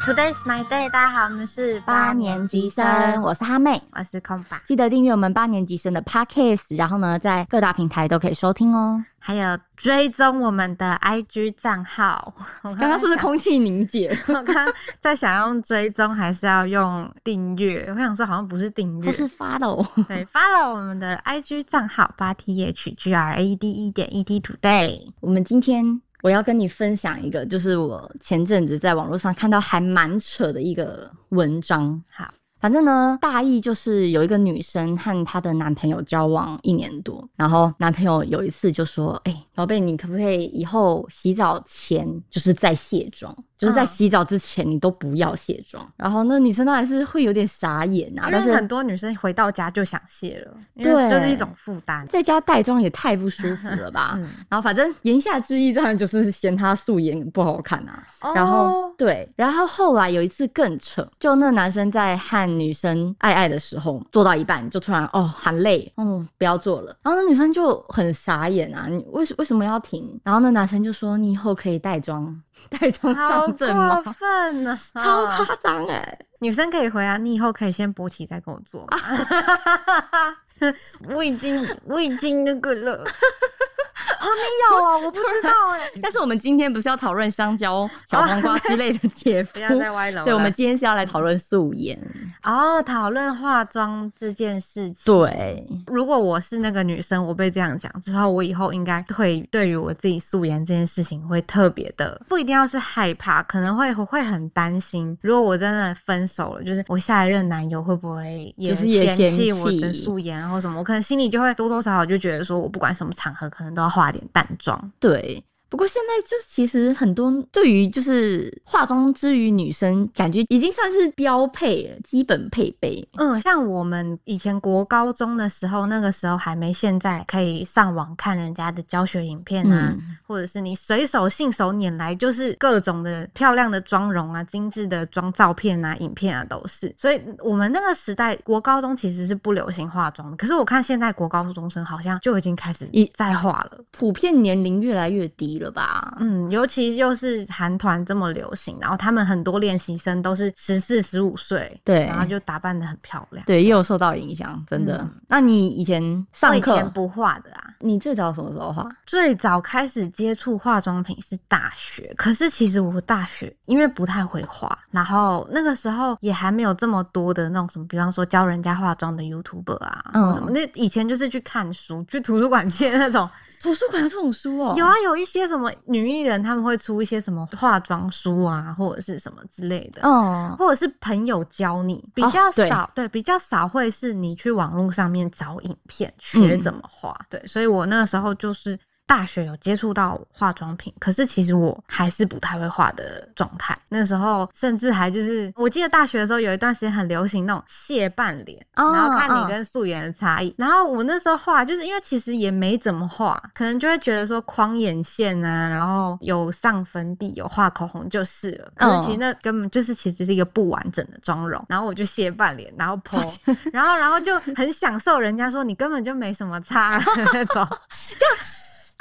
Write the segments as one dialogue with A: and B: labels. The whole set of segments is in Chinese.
A: Today's my day，大家好，我们是
B: 八年级生，我是哈妹。
A: 我是空吧，
B: 记得订阅我们八年级生的 podcast，然后呢，在各大平台都可以收听哦。
A: 还有追踪我们的 IG 账号。 我
B: 刚刚是不是
A: 在
B: 空气凝结？
A: 想？我刚刚在想用追踪还是要用订阅？我想说好像不是订阅
B: 不，哦是 follow，
A: 对，follow 我们的 IG 账号八 T H G R A D 一点 E T Today。
B: 我们今天我要跟你分享一个，就是我前阵子在网络上看到还蛮扯的一个文章。
A: 好，
B: 反正呢，大意就是有一个女生和她的男朋友交往一年多，然后男朋友有一次就说：“哎、宝贝，你可不可以以后洗澡前就是在卸妆，就是在
A: 嗯
B: 洗澡之前你都不要卸妆？”然后那女生当然是会有点傻眼啊，
A: 因为
B: 但是
A: 很多女生回到家就想卸了，因为
B: 对
A: 就是一种负担。
B: 在家带妆也太不舒服了吧？
A: 嗯，
B: 然后反正言下之意当然就是嫌她素颜不好看啊。然后
A: 哦
B: 对，然后后来有一次更扯，就那男生在和女生爱爱的时候，做到一半就突然哦喊累，哦不要做了。然后那女生就很傻眼啊，你为什为什么要停？然后那男生就说你以后可以带妆，带妆
A: 哦好 欸
B: 上阵吗
A: 过？分啊呢、
B: 超夸张哎、
A: 女生可以回啊，你以后可以先勃起再跟我做嘛。 我已经我已经那个 了，啊没有啊，我不知道 哎、
B: 但是我们今天不是要讨论香蕉、小黄瓜之类 的姐夫
A: 哦不？要再歪楼了。
B: 对，我们今天是要来讨论素颜。
A: 哦讨论化妆这件事情。，
B: 对，
A: 如果我是那个女生，我被这样讲之后，我以后应该会对于我自己素颜这件事情会特别的，不一定要是害怕，可能会会很担心。如果我真的分手了，就是我下一任男友会不会也
B: 就是也
A: 嫌
B: 嫌
A: 弃我的
B: 弃
A: 素颜或什么？我可能心里就会多多少少就觉得说，我不管什么场合，可能都要化点淡妆。
B: 对，不过现在就是其实很多对于就是化妆之于女生，感觉已经算是标配了，基本配备。
A: 嗯，像我们以前国高中的时候，那个时候还没现在可以上网看人家的教学影片啊，
B: 嗯，
A: 或者是你随手信手拈来就是各种的漂亮的妆容啊、精致的妆照片啊、影片啊都是。所以我们那个时代国高中其实是不流行化妆的，可是我看现在国高中生好像就已经开始
B: 一
A: 在化了。
B: 普遍年龄越来越低了吧？
A: 嗯，尤其又是韩团这么流行，然后他们很多练习生都是十四、十五岁，
B: 对
A: 然后就打扮的很漂亮。
B: 对，也有受到影响，真的。
A: 嗯
B: 那你以前
A: 我
B: 上
A: 以
B: 课
A: 前，不化的啊，
B: 你最早什么时候化？
A: 最早开始接触化妆品是大学，可是其实我大学因为不太会化，然后那个时候也还没有这么多的那种什么，比方说教人家化妆的 YouTuber 啊，
B: 嗯
A: 或什么那以前就是去看书，去图书馆借那种。
B: 图书馆有这种书哦
A: 有啊，，有一些什么女艺人他们会出一些什么化妆书啊，或者是什么之类的。
B: 哦，
A: 或者是朋友教你，比
B: 哦
A: 较
B: 对
A: 少、对，比较少会是你去网络上面找影片学
B: 嗯
A: 怎么画、对，所以我那个时候就是大学有接触到化妆品，可是其实我还是不太会画的状态。那时候甚至还就是，我记得大学的时候有一段时间很流行那种卸半脸、
B: 哦
A: 然后看
B: 哦
A: 你跟素颜的差异。然后我那时候画，就是因为其实也没怎么画，可能就会觉得说框眼线啊，然后有上粉底，有画口红就是了。可是其实
B: 嗯
A: 那根本就是其实是一个不完整的妆容，然后我就卸半脸，然后剖，然后然后就很享受人家说你根本就没什么 差啊那种。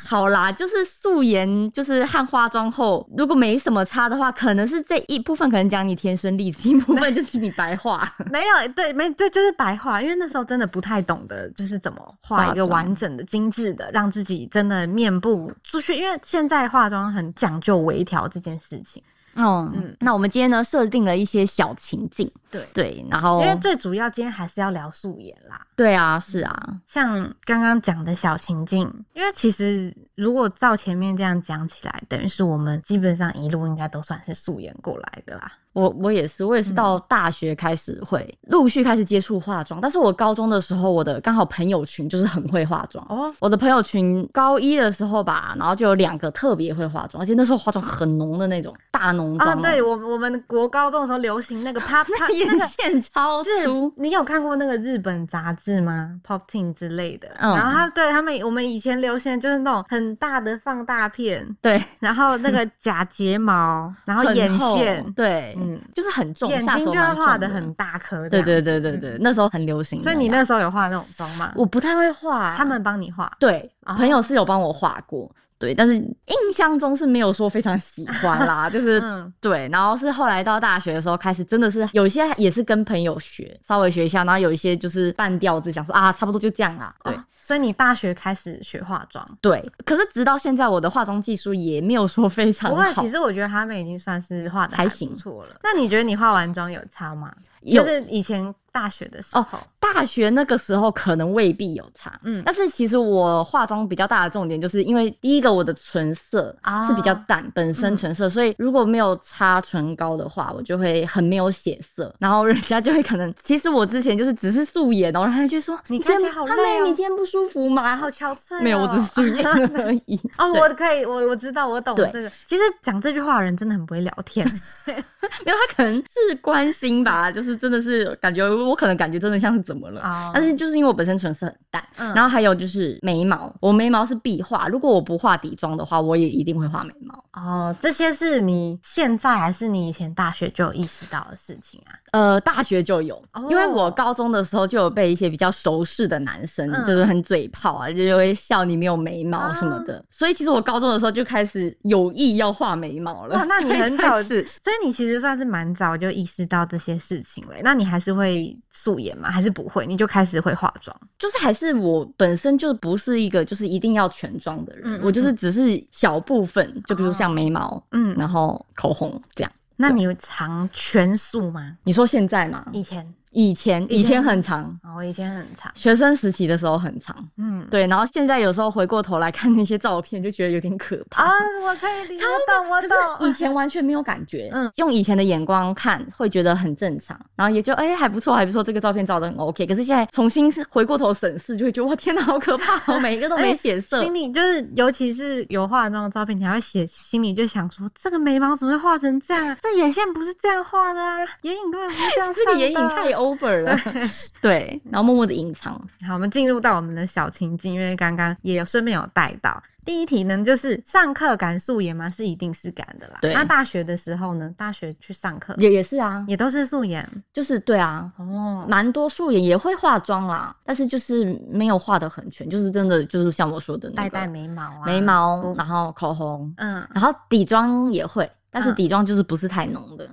B: 好啦，就是素颜，就是和化妆后，如果没什么差的话，可能是这一部分可能讲你天生丽质，一部分就是你白化。
A: 没有，对，没对，就是白话，因为那时候真的不太懂得就是怎么画
B: 化
A: 一个
B: 妆
A: 完整的、精致的，让自己真的面部出去。因为现在化妆很讲究微调这件事情，
B: 嗯，
A: 嗯
B: 那我们今天呢设定了一些小情境，
A: 对
B: 对，然后
A: 因为最主要今天还是要聊素颜啦。
B: 对啊，是啊，
A: 像刚刚讲的小情境，因为其实如果照前面这样讲起来，等于是我们基本上一路应该都算是素颜过来的啦。
B: 我我也是，我也是
A: 嗯
B: 到大学开始会陆续开始接触化妆，但是我高中的时候，我的刚好朋友群就是很会化妆。
A: 哦，
B: 我的朋友群高一的时候吧，然后就有两个特别会化妆，而且那时候化妆很浓的那种大浓妆
A: 啊，
B: 哦、
A: 对我我们国高中的时候流行那 个啪啪
B: 那眼
A: 那个
B: 线超
A: 日
B: 粗，，
A: 你有看过那个日本杂志吗？Pop Teen 之类的。
B: 嗯
A: 然后他对他们，我们以前流行的就是那种很大的放大片，
B: 对，
A: 然后那 个假睫毛，然后
B: 很
A: 眼
B: 厚
A: 线，
B: 对，
A: 嗯
B: 就是很重，
A: 眼
B: 下
A: 睛
B: 手
A: 就会
B: 蛮
A: 画
B: 重
A: 的
B: 的
A: 很。大颗。
B: 对对。对对
A: 嗯
B: 对，那时候很流行样。
A: 所以你那时候有画那种妆吗？
B: 我不太会画，
A: 他们帮你画，
B: 对，
A: 哦
B: 朋友是有帮我画过。堆，但是印象中是没有说非常喜欢啦， 就是、
A: 嗯
B: 对。然后是后来到大学的时候开始，真的是有一些也是跟朋友学，稍微学一下，然后有一些就是半吊子，想说啊，差不多就这样啦。对、
A: 哦所以你大学开始学化妆。
B: 对。可是直到现在，我的化妆技术也没有说非 常
A: 不过
B: 好
A: 其。实我觉得他们已经算是化的
B: 还行
A: 不错了。那你觉得你化完妆有差吗？
B: 有哦
A: 就是以前大学的时候，
B: 大学那个时候可能未必有差，
A: 嗯
B: 但是其实我化妆比较大的重点，就是因为第一个我的唇色
A: 啊嗯
B: 是比较淡，本身唇色，所以如果没有擦唇膏的话，我就会很没有血色，然后人家就会可能，其实我之前就是只是素颜哦，然后他就说
A: 你
B: 今
A: 看起
B: 天
A: 来好
B: 他
A: 累
B: 妹，
A: 哦
B: 你今天不舒服吗？然后
A: 好憔悴、
B: 没有，我只是素颜 而已。
A: 哦，
B: 对
A: 我可以，我我知道，我懂
B: 对
A: 这个。其实讲这句话的人真的很不会聊 天，
B: 没有，他可能是关心吧，就是真的是感觉我可能感觉真的像是怎么了，
A: 哦
B: 但是就是因为我本身唇色很淡，
A: 嗯
B: 然后还有就是眉毛，我眉毛是必画，如果我不画底妆的话，我也一定会画眉毛。
A: 哦，这些是你现在还是你以前大学就有意识到的事情啊？
B: 呃，大学就有，
A: 哦
B: 因为我高中的时候就有被一些比较熟识的男生，
A: 嗯啊
B: 就是很嘴炮啊，就就会笑你没有眉毛什么的，所以其实我高中的时候就开始有意要画眉毛了。
A: 哇，那你
B: 就一
A: 很
B: 开
A: 早
B: 始
A: 所以你其实算是蛮早就意识到这些事情了。那你还是会素颜吗？还是不会？你就开始会化妆？
B: 就是还是我本身就不是一个就是一定要全妆的人，
A: 嗯嗯
B: 我就是只是小部分，就比如像眉毛，
A: 嗯，
B: 然后口红这样。
A: 那你常全素吗？
B: 你说现在吗？
A: 以前，
B: 以前
A: 以前
B: 以前很长，
A: 哦，我以前很长，
B: 学生时期的时候很长，
A: 嗯，
B: 对，然后现在有时候回过头来看那些照片，就觉得有点可怕。
A: 啊，我可以理解，我懂，我
B: 可
A: 懂。
B: 是以前完全没有感觉，
A: 嗯
B: 嗯，用以前的眼光看会觉得很正常，然后也就哎、还不错，还不错，这个照片照的很 OK。可是现在重新是回过头审视，就会觉得哇天哪，好可怕哦，每一个都
A: 而且
B: 没血色，
A: 心里就是，尤其是有化妆的照片，你还会写，心里就想说，这个眉毛怎么会画成这样啊？这眼线不是这样画的啊，眼影根本不是这样上
B: 这
A: 的啊。
B: 个眼影太 over 了，对，然后默默的隐藏。
A: 好，我们进入到我们的小情境，因为刚刚也顺便有带到。第一题呢，就是上课赶素颜吗？是一定是赶的啦。
B: 对
A: 那大学的时候呢，大学去上课
B: 也也是啊，
A: 也都是素颜
B: 就是对啊，
A: 哦。
B: 蛮多素颜也会化妆啦，但是就是没有画的很全，就是真的就是像我说的那
A: 戴
B: 个
A: 戴眉毛啊，
B: 嗯眉毛，
A: 不
B: 然后口红，
A: 嗯，
B: 然后底妆也会，但是
A: 嗯
B: 底妆就是不是太浓的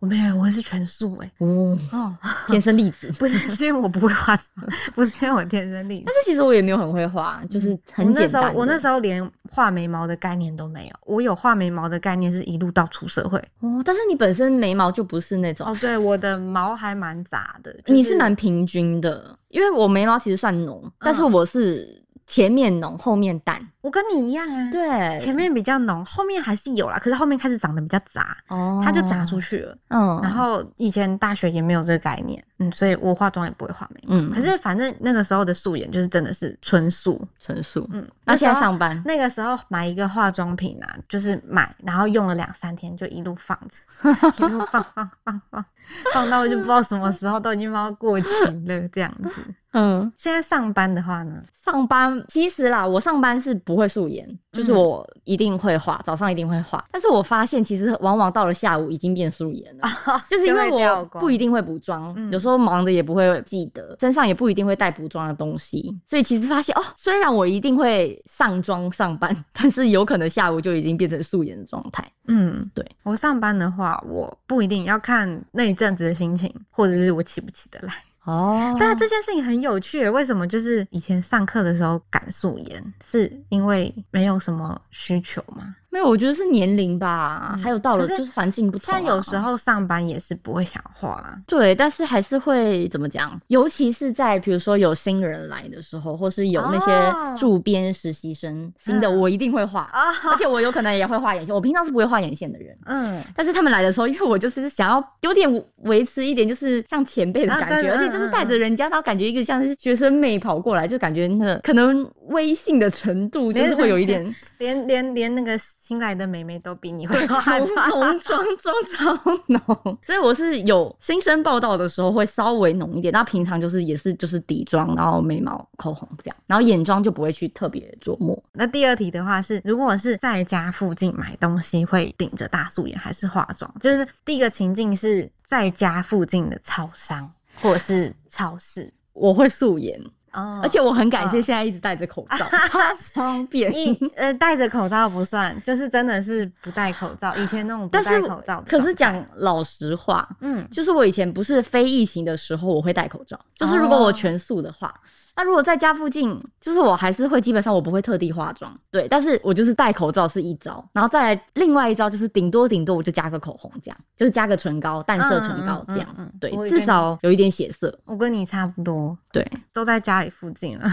A: 我没有，我是全素哎、
B: 哦，
A: 哦，
B: 天生丽质。
A: 不是，是因为我不会化妆，不是因为我天生丽质
B: 但。是其实我也没有很会画，就是
A: 我
B: 很
A: 那
B: 简
A: 时候
B: 单，
A: 我那时
B: 候
A: 候连画眉毛的概念都没有。我有画眉毛的概念是一路到出社会。
B: 哦，但是你本身眉毛就不是那种，
A: 哦，对，我的毛还蛮杂的。就
B: 你是嗯蛮平均的，因为我眉毛其实算浓，但是我是前面浓后面淡，
A: 我跟你一样啊。
B: 对，
A: 前面比较浓，后面还是有啦，可是后面开始长得比较杂，
B: 哦
A: 它就炸出，去了。
B: 嗯，
A: 然后以前大学也没有这个概念，嗯，所以我化妆也不会画眉毛。
B: 嗯，
A: 可是反正那个时候的素颜就是真的是纯素，
B: 纯素。
A: 嗯，
B: 那现
A: 时候
B: 在上班，
A: 那个时候买一个化妆品啊，就是买，然后用了两三天就一路放 着，一路放放放放，放到就不知道什么时候都已经放到过期了这样子。
B: 嗯，
A: 现在上班的话呢，
B: 上班其实啦，我上班是不会素颜，就是
A: 嗯
B: 我一定会化，早上一定会化。但是我发现，其实往往到了下午已经变素颜了， 就是因为
A: 就会掉
B: 我
A: 光
B: 不一定会补妆，
A: 嗯
B: 有时候忙的也不会记得，身上也不一定会带补妆的东西，所以其实发现哦，虽然我一定会上妆上班， 但是有可能下午就已经变成素颜的状态。
A: 嗯，
B: 对
A: 我上班的话，我不一定要看那一阵子的心情，或者是我起不起得来。
B: 哦
A: 但这件事情很有趣耶，为什么？就是以前上课的时候敢素颜，是因为没有什么需求嘛。
B: 没有，我觉得是年龄吧，
A: 嗯
B: 还有到了
A: 可是
B: 就是环境不同、啊，
A: 像有时。候上班也是不会想化啊。
B: 对，但是还是会怎么讲？尤其是在比如说有新人来的时候，或是有那
A: 哦
B: 些驻编实习生、新的，
A: 嗯
B: 我一定会画，
A: 啊，
B: 而且我有可能也会画眼线。我平常是不会画眼线的人，啊
A: 嗯，
B: 但是他们来的时候，因为我就是想要有点维持一点，就是像前辈的
A: 啊
B: 感
A: 对
B: 觉，而且
A: 嗯
B: 就是
A: 嗯
B: 带着人家，然后感觉一个像是学生妹跑过来，就感觉那个可能微信的程度，就是会有 一点
A: 连连连那个新来的妹妹都比你会
B: 浓
A: 化妆。
B: 浓 妆妆超浓，所以我是有新生报道的时候会稍微浓一点，那平常就是也是就是底妆，然后眉毛、口红这样，然后眼妆就不会去特别琢磨。
A: 那第二题的话是，如果是在家附近买东西，会顶着大素颜还是化妆？就是第一个情境是在家附近的超商或者是超市。
B: 我会素颜，
A: 哦
B: 而且我很感谢
A: 嗯
B: 现在一直戴着口罩，嗯 超方便。
A: 一呃戴着口罩不算，就是真的是不戴口罩。以前那种不
B: 但
A: 戴
B: 是
A: 口罩的
B: 可是
A: 状态
B: 讲老实话，
A: 嗯
B: 就是我以前不是非疫情的时候，我会戴口罩。就是如果
A: 哦
B: 我全素的话，那如果在家附近，就是我还是会基本上我不会特地化妆，对。但是我就是戴口罩是一招，然后再来另外一招就是顶多顶多我就加个口红，这样就是加个唇膏，淡色唇膏这样子，
A: 嗯嗯嗯嗯我也
B: 对，至
A: 跟你
B: 少有一点血色，
A: 我跟你差不多，
B: 对。
A: 都在家里附 近了，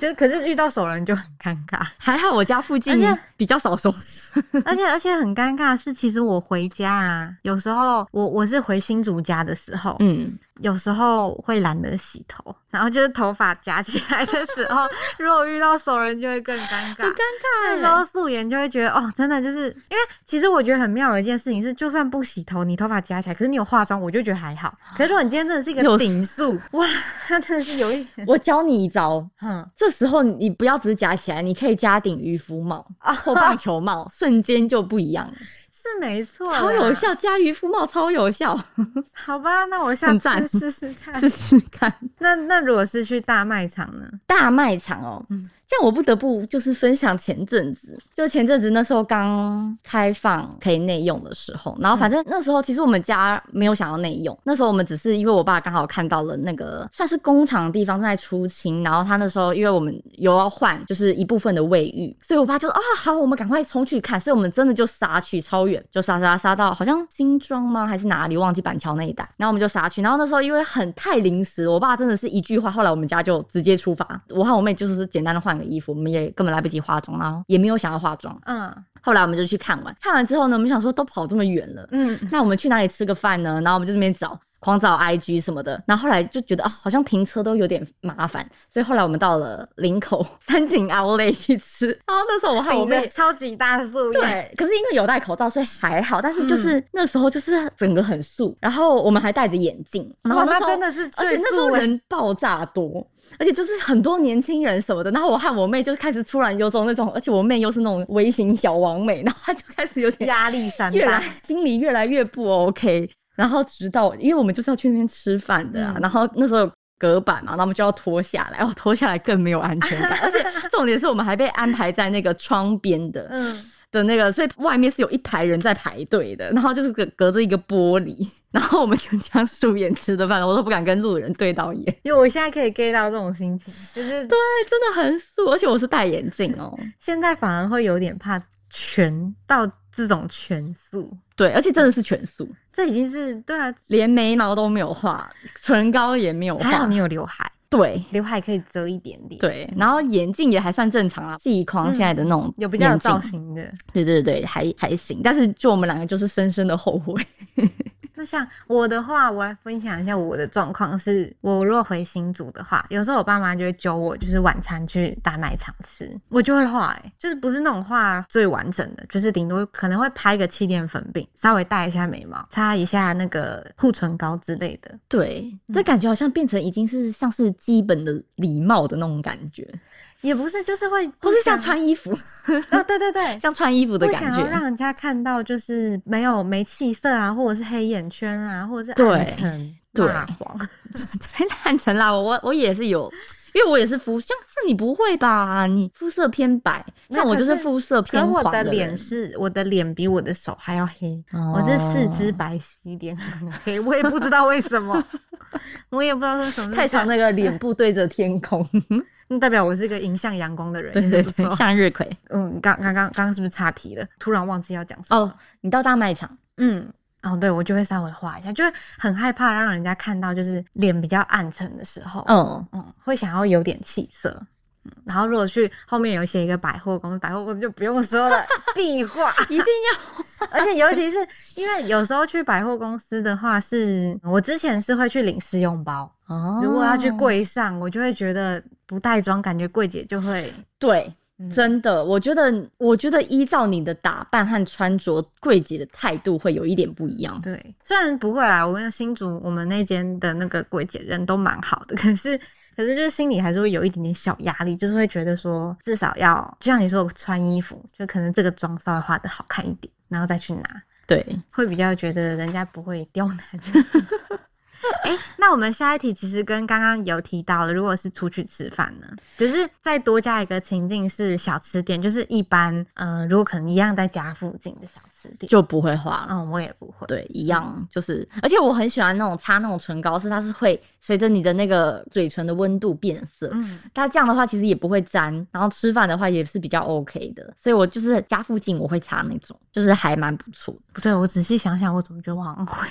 A: 就是可是遇到熟人就很尴尬，
B: 还好我家附近
A: 而且
B: 比较少 熟，
A: 而且而且很尴尬的是，其实我回家啊，有时候我我是回新竹家的时候，
B: 嗯，
A: 有时候会懒得洗头，然后就是头发夹起来的时候， 如果遇到熟人就会更尴 尬
B: 很尴。尬
A: 那
B: 欸。
A: 时候素颜就会觉得哦，真的就是因为其实我觉得很妙的一件事情是，就算不洗头，你头发夹起来，可是你有化妆，我就觉得还好。可是如果你今天真的是一
B: 有
A: 个顶 素，哇，那真的是有一点，
B: 我教你一招，
A: 嗯，
B: 这时候你不要只是夹起来，你可以加顶渔夫帽
A: 啊
B: 或棒球帽，瞬间就不一样了，
A: 是没错，
B: 超有。效，加渔夫帽超有 效，
A: 好吧，那我下
B: 很
A: 次
B: 赞
A: 试 试看。
B: 试试看。
A: 那那如果是去大卖场呢？
B: 大卖场哦，
A: 嗯
B: 这样我不得不就是分享前阵子，就前阵子那时候刚开放可以内用的时候，然后反正那时候其实我们家没有想要内用，那时候我们只是因为我爸刚好看到了那个算是工厂的地方正在出清，然后他那时候因为我们有要换就是一部分的卫浴，所以我爸就说啊好，我们赶快冲去看，所以我们真的就杀去超远，就杀杀杀到好像新庄吗还是哪里忘记板桥那一带，然后我们就杀去，然后那时候因为很太临时，我爸真的是一句话，后来我们家就直接出发，我和我妹就是简单的换个衣服，我们也根本来不及化妆，然后也没有想要化妆，
A: 嗯
B: 后来我们就去看完，看完之后呢，我们想说都跑这么远了，
A: 嗯，
B: 那我们去哪里吃个饭呢？然后我们就这边找，狂找 IG 什么的。然后后来就觉得啊，好像停车都有点麻烦，所以后来我们到了林口三井 Outlet 去吃。然后 那时候我和我
A: 顶着
B: 妹。
A: 超级大素颜，
B: 对，可是因为有戴口罩，所以还好。但
A: 嗯
B: 是就是、那时候就是整个很素，然后我们还戴着眼镜，然后
A: 哇，
B: 那
A: 那
B: 时候
A: 真的是
B: 而且
A: 最
B: 那时候
A: 素欸颜。
B: 人爆炸多，而且就是很多年轻人什么的。然后我和我妹就开始突然有种那种，而且我妹又是那种微型小王美，然后她就开始有点
A: 压力山
B: 越来
A: 大，
B: 心里越来越不 OK。然后直到因为我们就是要去那边吃饭的啊，
A: 嗯
B: 然后那时候有隔板嘛，然后我们就要脱下来，哦，脱下来更没有安全 感，而且重点是我们还被安排在那个窗边的、
A: 嗯，
B: 的那个，所以外面是有一排人在排队的，然后就是隔隔着一个玻璃。然后我们就这样素颜吃的饭，我都不敢跟路人对 到眼。
A: 因为我现在可以 get 到这种心情，就是
B: 对，哎真的很素，而且我是戴眼镜哦。
A: 现在反而会有点怕全到这种全素，
B: 对，而且真的是全素，
A: 这已经是对啊，
B: 连眉毛都没有画，唇膏也没有
A: 还好
B: 画
A: 你。有刘海，
B: 对，
A: 刘海可以遮一点点，，
B: 对，然后眼镜也还算正常啦，细框现在的那种、
A: 有比较有造，型的。
B: 对对对，还还行。但是就我们两个就是深深的后悔，
A: 那像我的话，我来分享一下我的状况是，我如果回新竹的话，有时候我爸妈就会揪我，就是晚餐去大卖场吃，我就会画、欸，就是不是那种画最完整的，就是顶多可能会拍个气垫粉饼，稍微带一下眉毛，擦一下那个护唇膏之类的。
B: 对，这感觉好像变成已经是像是基本的礼貌的那种感觉，
A: 也不是，就是会不
B: 不是像穿衣服，
A: 啊、对对对，
B: 像穿衣服的
A: 不
B: 感
A: 想要让
B: 觉。
A: 人家看到就是没有没气色啊，或者是黑眼圈啊，或者是
B: 对
A: 暗沉、
B: 对
A: 蜡黄。
B: 对， 汉城啦，我我我也是有。因为我也是肤，像像你不会吧？你肤色偏白，
A: 那
B: 像我
A: 可
B: 就是
A: 是
B: 肤色
A: 可
B: 偏
A: 我
B: 黄
A: 的
B: 人哦
A: 脸是，我的脸比我的手还要黑，我是四肢白皙， 脸很黑，我也不知道为什么， 我也不知道为什么是
B: 太
A: 这样
B: 长，那个脸部 对着天空，
A: 那代表我是个迎向阳光的人，
B: 对
A: 也是
B: 对
A: 不错
B: 对，。向日葵。
A: 嗯，刚刚刚刚刚是不是岔题了？突然忘记要讲什么。
B: 哦，你到大卖场，
A: 嗯，哦，对，我就会稍微画一下，就会很害怕让人家看到，就是脸比较暗沉的时候，
B: 嗯，
A: 嗯，会想要有点气色。嗯，然后如果去后面有写一个百货公司，百货公司就不用说了，必画。
B: 一定 要
A: 而且尤其是因为有时候去百货公司的话是，我之前是会去领试用包，
B: 哦
A: 如果要去，柜上，我就会觉得不带妆，感觉柜姐就会
B: 对，
A: 嗯
B: 真的，我觉得，我觉得依照你的打扮和穿着，柜姐的态度会有一点不一样。
A: 对，虽然不会啦，我跟新竹我们那间的那个柜姐人都蛮好的， 可是可是就是心里还是会有一点点小压力，就是会觉得说至少要就像你说穿衣服，就可能这个妆稍微化的好看一点，然后再去拿，
B: 对，
A: 会比较觉得人家不会刁难。哎、那我们下一题其实跟刚刚有提到的，如果是出去吃饭呢，只是再多加一个情境是小吃店，就是一般，嗯、如果可能一样在家附近的小吃店，
B: 就不会画了。
A: 嗯，我也不会。
B: 对，一样就是，而且我很喜欢那种擦那种唇膏，是它是会随着你的那个嘴唇的温度变色。
A: 嗯，
B: 它这样的话其实也不会粘，然后吃饭的话也是比较 OK 的，所以我就是家附近我会擦那种，就是还蛮不错的。
A: 不对，我仔细想想，我怎么觉得我好像会？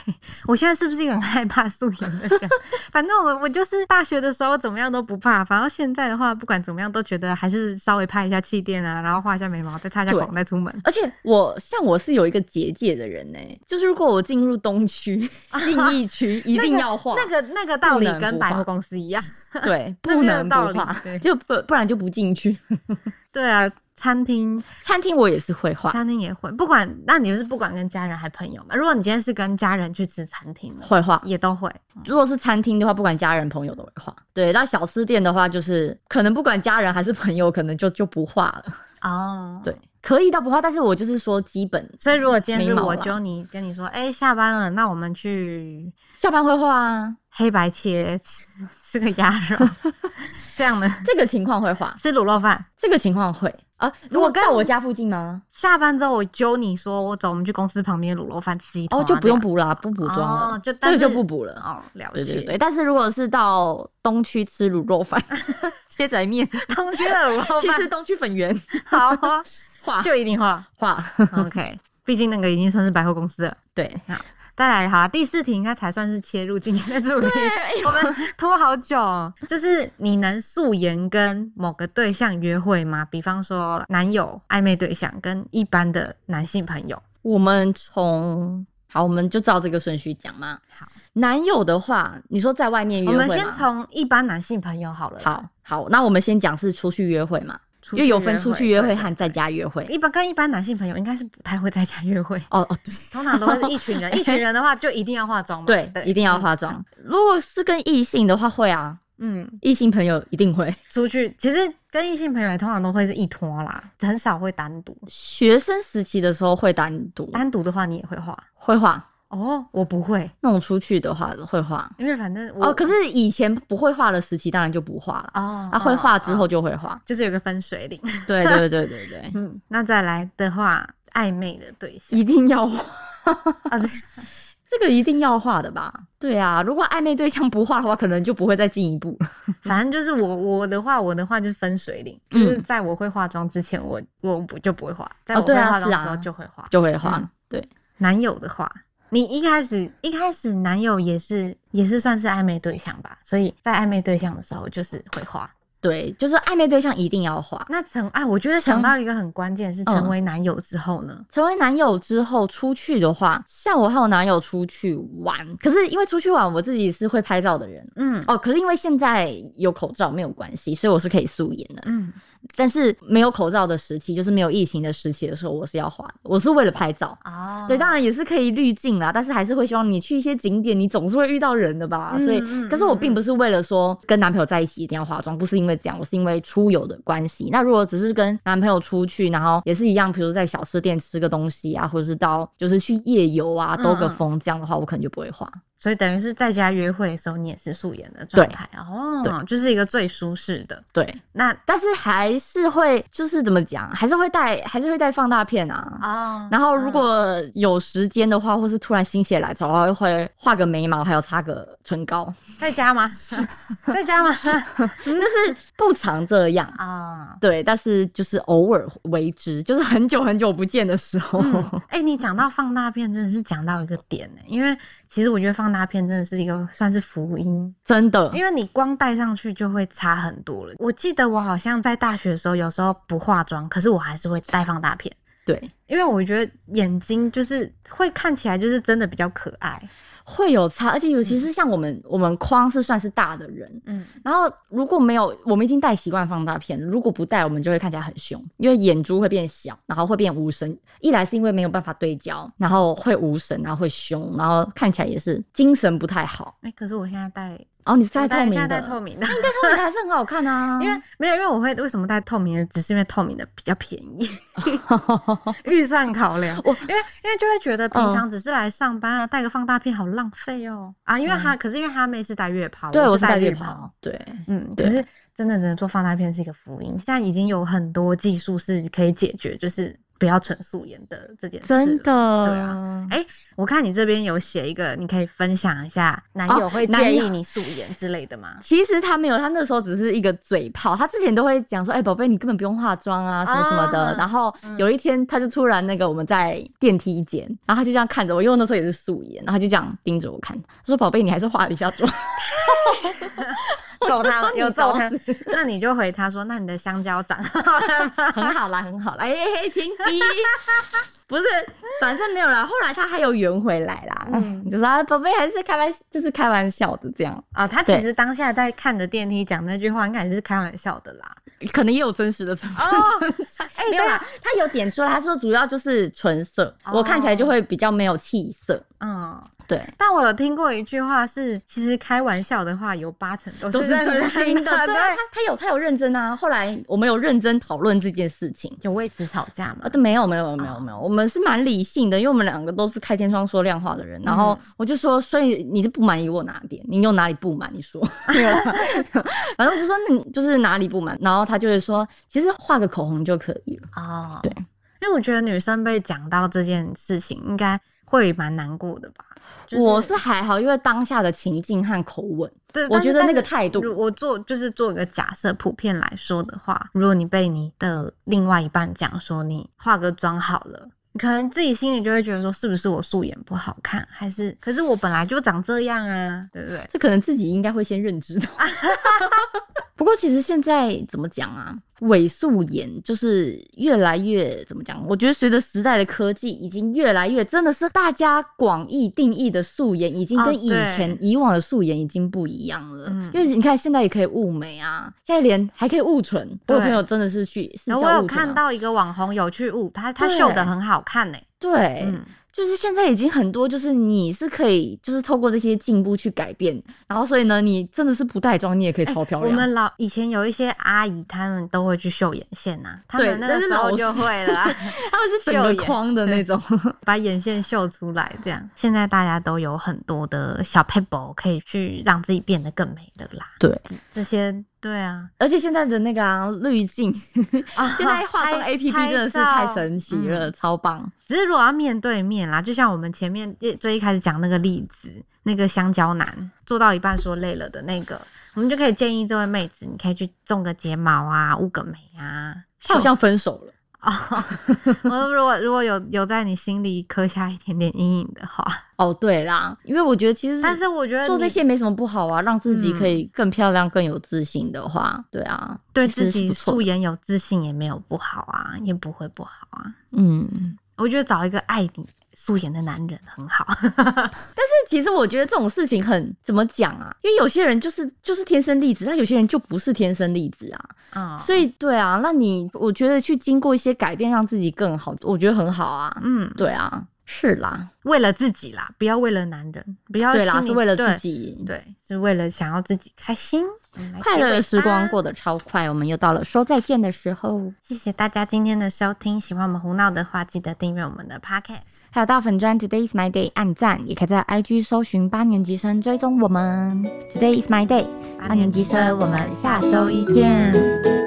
A: 我现在是不是一个很害怕素颜的人？ 反正我我就是大学的时候怎么样都不怕，反正现在的话，不管怎么样都觉得还是稍微拍一下气垫啊，然后画一下眉毛，再擦一下
B: 对
A: 口红再出门。
B: 而且我像我是有一个结界的人呢、就是如果我进入东区、信义区，一定要画、
A: 啊那个那个道理
B: 不能
A: 跟
B: 不
A: 百货
B: 画
A: 公司一样。
B: 对，
A: 那
B: 不
A: 没有
B: 能不
A: 道理
B: 画
A: 对，
B: 就不不然就不进去。
A: 对啊，餐厅
B: 餐厅我也是会画，
A: 餐厅也会，不管那你是不管跟家人还朋友嘛？如果你今天是跟家人去吃餐厅了，
B: 会画。
A: 也都会。
B: 如果是餐厅的话，不管家人朋友都会画。对，那小吃店的话，就是可能不管家人还是朋友，可能就就不画了。
A: 哦，
B: 对，可以到不画，但是我就是说基本
A: 所以如果今天是
B: 眉毛
A: 我
B: 啦
A: 揪你跟你说，哎、下班了，那我们去
B: 下班会画啊，
A: 黑白切吃吃个鸭肉， 这样的
B: 这个情况会画，
A: 吃卤肉饭。
B: 这个情况会啊。如
A: 我
B: 果
A: 跟
B: 在我家附近吗？
A: 下班之后我揪你说，我走，我们去公司旁边卤肉饭吃一通啊、
B: 哦，就不用
A: 这样
B: 补啦，不补妆了，
A: 哦就
B: 这
A: 但
B: 个就是不补了。
A: 哦，了
B: 对
A: 解。
B: 对对，但是如果是到东区吃卤肉饭、切仔面，
A: 同居的卤肉
B: 去吃
A: 饭
B: 东区粉圆，
A: 好啊、
B: 画
A: 就一定画。
B: 画，
A: OK，毕竟那个已经算是百货公司了。
B: 对。
A: 再来好啦，第四题应该才算是切入今天的主题。
B: 对哎
A: 我们拖好久、哦，就是你能素颜跟某个对象约会吗？比方说男友、暧昧对象跟一般的男性朋友。
B: 我们从好，我们就照这个顺序讲嘛。
A: 好，
B: 男友的话，你说在外面约
A: 我
B: 会
A: 们
B: 吗
A: 先从一般男性朋友好了。，
B: 好好，那我们先讲是出去约会嘛，因为有分出去约会和在家约会
A: 对。。对一般跟一般男性朋友应该是不太会在家约 会，
B: 哦哦，对
A: 通常都会是一群 人。一群人的话就一定要化妆嘛。
B: 对，一定要化。妆。如果是跟异性的话，会啊，
A: 嗯，
B: 异性朋友一定会。
A: 出去其实跟异性朋友也通常都会是一拖啦，很少会单独。
B: 学生时期的时候会单独，
A: 单独的话你也会化
B: 会画
A: 哦，我不会，
B: 那种出去的话会画。
A: 因为反正我
B: 哦，可是以前不会画的时期，当然就不画了。
A: 哦，
B: 啊，会画之后
A: 哦
B: 就会画。
A: 就是有个分水岭。
B: 对对对对对，
A: 嗯， 那再来的话，暧昧的对象
B: 一定要画。
A: 啊，对
B: 这个一定要画的吧？对啊，如果暧昧对象不画的话，可能就不会再进一步了。
A: 反正就是我我的话，我的话就是分水岭，就
B: 嗯
A: 是在我会化妆之前，我我不就不会化，在我会
B: 对啊
A: 化妆
B: 是啊
A: 之后就会化。
B: 就会画。
A: 嗯
B: 对，
A: 男友的话，你一开始一开始男友也是也是算是暧昧对象吧，所以在暧昧对象的时候就是会化。
B: 对，就是暧昧对象一定要画。
A: 那成哎，我觉得
B: 成
A: 想到一个很关键是
B: 嗯
A: 成为男友之后呢，
B: 成为男友之后出去的话，像我和我男友出去玩，可是因为出去玩我自己是会拍照的人
A: 嗯
B: 哦，可是因为现在有口罩没有关系，所以我是可以素颜的。
A: 嗯，
B: 但是没有口罩的时期，就是没有疫情的时期的时候，我是要画的，我是为了拍照。
A: 哦
B: 对，当然也是可以滤镜啦，但是还是会希望你去一些景点，你总是会遇到人的吧。所以
A: 嗯嗯，
B: 可是我
A: 嗯
B: 并不是为了说跟男朋友在一起一定要化妆，不是因为这样，我是因为出游的关系。那如果只是跟男朋友出去，然后也是一样，比如在小吃店吃个东西啊，或者是到就是去夜游啊，兜个
A: 嗯嗯
B: 风这样的话，我可能就不会化。
A: 所以等于是在家约会的时候，你也是素颜的状态哦，
B: 对
A: 就是一个最舒适的。
B: 对，
A: 那
B: 但是还是会就是怎么讲，还是会带还是会带放大片啊。
A: 哦
B: 然后如果有时间的话，或是突然心血来潮的话，会画个眉毛，还有擦个唇膏。
A: 在家吗？在家吗？
B: 就是不常这样。
A: 啊。
B: 对，但是就是偶尔为之，就是很久很久不见的时候。
A: 嗯，哎、你讲到放大片，真的是讲到一个点呢、因为其实我觉得放大片真的是一个算是福音，
B: 真的，
A: 因为你光戴上去就会差很多了。我记得我好像在大学的时候，有时候不化妆，可是我还是会戴放大片，
B: 对，
A: 因为我觉得眼睛就是会看起来就是真的比较可爱。
B: 会有差，而且尤其是像我们，我们框是算是大的人。
A: 嗯，
B: 然后如果没有，我们已经戴习惯放大片，如果不戴，我们就会看起来很凶，因为眼珠会变小，然后会变无神。一来是因为没有办法对焦，然后会无神，然后会凶，然后看起来也是精神不太好。
A: 哎、可是我现在戴
B: 哦，你是戴
A: 我
B: 透明
A: 现在
B: 的，
A: 戴透明的，
B: 戴透明的还是很好看啊，
A: 因为没有，因为我会为什么戴透明的，只是因为透明的比较便 宜，预算考量。
B: 我
A: 因为因为就会觉得平
B: 嗯
A: 常只是来上班啊，带个放大片好浪费哦啊！因为他、可是因为他妹是戴月抛，
B: 嗯对我
A: 是
B: 是戴
A: 月
B: 月，袍，对，
A: 嗯，可
B: 对
A: 是真的真的做放大片是一个福音。现在已经有很多技术是可以解决，就是不要纯素颜的这件事。
B: 真，的，
A: 对啊我看你这边有写一个，你可以分享一下男
B: 哦
A: 友会
B: 男
A: 建
B: 友
A: 议你素颜之类的吗？
B: 其实他没有，他那时候只是一个嘴炮。他之前都会讲说：“哎、宝贝，你根本不用化妆啊，什么什么的。
A: 啊
B: 然后有一天，他就突然那个我们在电梯间，然后他就这样看着我，因为我那时候也是素颜，然后他就这样盯着我看，他说：“宝贝，你还是化了一下妆。
A: 揍他，
B: 你
A: 有
B: 找
A: 揍他， 那你就回他说：“那你的香蕉长 好了吗？”
B: 很好啦，很好啦，哎、哎哎，停 低。不是，反正没有啦。后来他还有圆回来啦，
A: 嗯
B: 就是啊，宝贝还是开玩，就是开玩笑的这样，
A: 啊、他其
B: 对
A: 实当下在看着电梯讲那句话，应该也是开玩笑的啦。
B: 可能也有真实的成 分
A: 哦
B: 存在。
A: 哎
B: 没有啦，他有点出来，他说主要就是唇色，
A: 哦
B: 我看起来就会比较没有气色。
A: 嗯，
B: 对，
A: 但我有听过一句话是，其实开玩笑的话有八成都
B: 都是
A: 认
B: 真心的。
A: 的，
B: 对啊，他他有他有认真啊。后来我们有认真讨论这件事情。
A: 有为此吵架
B: 啊，
A: 吗？
B: 对，没有没有没有没有，我们是蛮理性的，因为我们两个都是开天窗说亮话的人。然后我就说，所以你是不满意我哪点？你有哪里不满？你 说。没有啦反正我就说，那你就是哪里不满？然后他就会说，其实画个口红就可以了。
A: 哦，
B: 对，
A: 因为我觉得女生被讲到这件事情，应该会蛮难过的吧。就
B: 我是还好，因为当下的情境和口吻，
A: 对，
B: 我
A: 但是
B: 觉得那个
A: 但是
B: 态度
A: 如我做就是做一个假设，普遍来说的话，如果你被你的另外一半讲说你化个妆好了。你可能自己心里就会觉得说，是不是我素颜不好看，还是可是我本来就长这样啊，对不对？
B: 这可能自己应该会先 认知到。不过其实现在怎么讲啊，伪素颜就是越来越怎么讲？我觉得随着时代的科技，已经越来越真的是大家广义定义的素颜，已经
A: 哦
B: 跟以前、
A: 对
B: 以往的素颜已经不一样了。
A: 嗯
B: 因为你看现在也可以雾眉啊，现在连还可以雾唇。我
A: 对
B: 有朋友真的是去，是
A: 然后我
B: 叫
A: 有
B: 雾唇
A: 看
B: 啊，
A: 到一个网红有去雾，他他
B: 对哎
A: 秀的很好看呢、
B: 对，
A: 嗯，
B: 就是现在已经很多，就是你是可以，就是透过这些进步去改变，然后所以呢，你真的是不带妆，你也可以超漂
A: 哎我
B: 亮。
A: 们老以前有一些阿姨，她们都会去秀眼线呐、她
B: 对
A: 们那
B: 但
A: 个
B: 是
A: 时候
B: 老
A: 就
B: 师
A: 会 了啊、
B: 他们是整个
A: 秀眼
B: 框的那 种，
A: 把眼线秀出来，这样。现在大家都有很多的小 paper 可以去让自己变得更美的啦。嗯
B: 对，
A: 这些对啊，
B: 而且现在的那个、啊、滤镜，
A: 啊
B: 现在化妆 A P P 真的是太神奇。
A: 拍照
B: 了，
A: 嗯
B: 超棒。
A: 只是如果要面对面啦，就像我们前面一最一开始讲那个例子，那个香蕉男做到一半说累了的那个，我们就可以建议这位妹子，你可以去种个睫毛啊，雾个眉啊。
B: 他好像分手了，
A: 哦，我如果如果有有在你心里刻下一点点阴影的话，
B: 哦对啦，因为我觉得其实
A: 但是我觉得
B: 嗯做这
A: 你嗯
B: 些没什么不好啊，让自己可以更漂亮、更有自信的话，对啊，
A: 对
B: 其实
A: 自
B: 是
A: 己
B: 不错
A: 素
B: 的
A: 颜有自信也没有不好啊，也不会不好啊。
B: 嗯。
A: 我觉得找一个爱你素颜的男人很好。
B: 其实我觉得这种事情很怎么讲啊？因为有些人就是就是天生丽质，但有些人就不是天生丽质啊。
A: 嗯，
B: 所以对啊，那你我觉得去经过一些改变，让自己更好，我觉得很好啊。
A: 嗯，
B: 对啊，是啦，
A: 为了自己啦，不要为了男人，不要
B: 对啦，
A: 心里
B: 是为了自
A: 对
B: 己。
A: 对，是为了想要自己开心。啊我们来
B: 快
A: 结
B: 乐
A: 尾
B: 的时光
A: 吧
B: 过得超快，我们又到了说再见的时候。
A: 谢谢大家今天的收听，喜欢我们胡闹的话，记得订阅我们的 Podcast。
B: 还有到粉专 Today is my day 按赞，也可以在 IG 搜寻八年级生追踪我们。Today is my day，八年级生，我们下周一见。